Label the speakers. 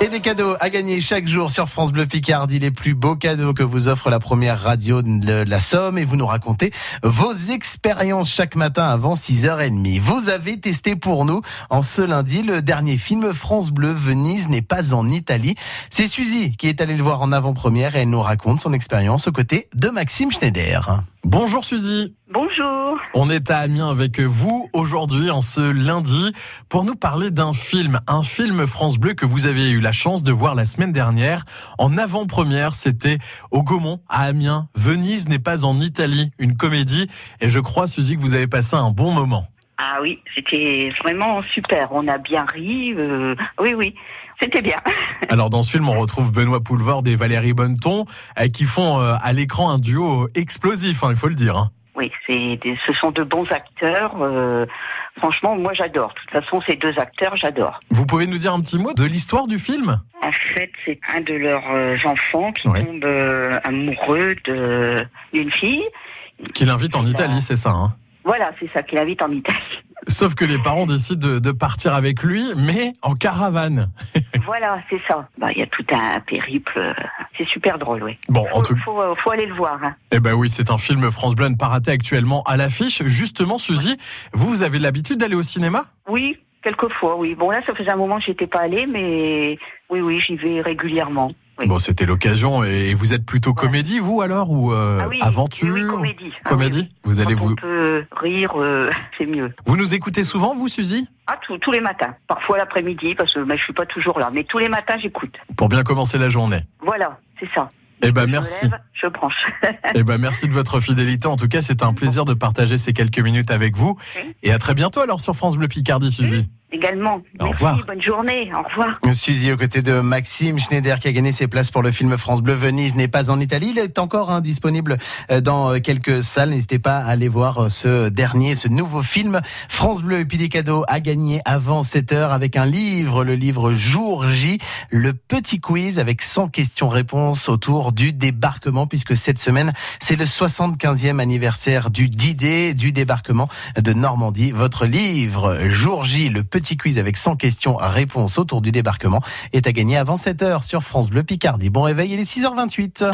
Speaker 1: Et des cadeaux à gagner chaque jour sur France Bleu Picardie. Les plus beaux cadeaux que vous offre la première radio de la Somme. Et vous nous racontez vos expériences chaque matin avant 6h30. Vous avez testé pour nous, en ce lundi, le dernier film France Bleu Venise n'est pas en Italie. C'est Suzy qui est allée le voir en avant-première et elle nous raconte son expérience aux côtés de Maxime Schneider.
Speaker 2: Bonjour Suzy,
Speaker 3: Bonjour.
Speaker 2: on est à Amiens avec vous aujourd'hui en ce lundi pour nous parler d'un film, un film France Bleu que vous avez eu la chance de voir la semaine dernière. En avant-première, c'était au Gaumont à Amiens. Venise n'est pas en Italie, une comédie et je crois Suzy que vous avez passé un bon moment.
Speaker 3: Ah oui, c'était vraiment super. On a bien ri. euh, oui, oui, c'était bien.
Speaker 2: Alors dans ce film, on retrouve Benoît Poulvord et Valérie Bonneton euh, qui font euh, à l'écran un duo explosif, hein, il faut le dire. hein.
Speaker 3: Oui, c'est des- ce sont de bons acteurs. euh, franchement, moi j'adore. De toute façon, ces deux acteurs, j'adore.
Speaker 2: Vous pouvez nous dire un petit mot de l'histoire du film
Speaker 3: En fait, c'est un de leurs euh, enfants qui
Speaker 2: Oui.
Speaker 3: tombe euh, amoureux de- d'une fille.
Speaker 2: qui l'invite en Italie, c'est ça hein
Speaker 3: Voilà, c'est ça qu'il invite en Italie.
Speaker 2: Sauf que les parents décident de, de partir avec lui, mais en caravane.
Speaker 3: voilà, c'est ça. Bah, Il y a tout un périple. euh, C'est super drôle, oui.
Speaker 2: Bon, en
Speaker 3: faut,
Speaker 2: tout
Speaker 3: faut, euh, faut aller le voir. hein.
Speaker 2: eh ben oui, c'est un film France Bleu à ne pas rater actuellement à l'affiche. Justement, Suzy, vous, vous avez l'habitude d'aller au cinéma
Speaker 3: Oui, quelquefois, oui. Bon, là, ça faisait un moment que j'étais pas allée, mais oui, oui, j'y vais régulièrement. Oui.
Speaker 2: Bon, c'était l'occasion. Et vous êtes plutôt comédie, vous alors, ou euh,
Speaker 3: Ah oui,
Speaker 2: aventure
Speaker 3: oui, oui, comédie. Ah
Speaker 2: Comédie
Speaker 3: oui, oui.
Speaker 2: Vous allez
Speaker 3: Quand
Speaker 2: vous.
Speaker 3: on peut rire, euh, c'est mieux.
Speaker 2: Vous nous écoutez souvent, vous, Suzy
Speaker 3: Ah, tous- tous les matins. Parfois l'après-midi, parce que mais je suis pas toujours là. Mais tous les matins, j'écoute.
Speaker 2: Pour bien commencer la journée.
Speaker 3: Voilà, c'est ça.
Speaker 2: Eh ben merci.
Speaker 3: Je me lève, je branche.
Speaker 2: Eh ben merci de votre fidélité. En tout cas, c'était un plaisir de partager ces quelques minutes avec vous.
Speaker 3: Oui.
Speaker 2: Et à très bientôt alors sur France Bleu Picardie, Suzy.
Speaker 3: Également.
Speaker 2: Au
Speaker 3: Merci,
Speaker 2: revoir.
Speaker 3: bonne journée. Au revoir.
Speaker 1: Suzy aux côtés de Maxime Schneider qui a gagné ses places pour le film France Bleu Venise n'est pas en Italie. Il est encore hein, disponible euh, dans euh, quelques salles. N'hésitez pas à aller voir euh, ce dernier, ce nouveau film France Bleu. Et puis des cadeaux à gagner avant 7 heures avec un livre, le livre Jour J, le petit quiz avec 100 questions-réponses autour du débarquement puisque cette semaine, c'est le 75e anniversaire du d du débarquement de Normandie. Votre livre Jour J, le petit quiz avec 100 questions-réponses autour du débarquement est à gagner avant 7h sur France Bleu Picardie. Bon réveil, il est 6h28.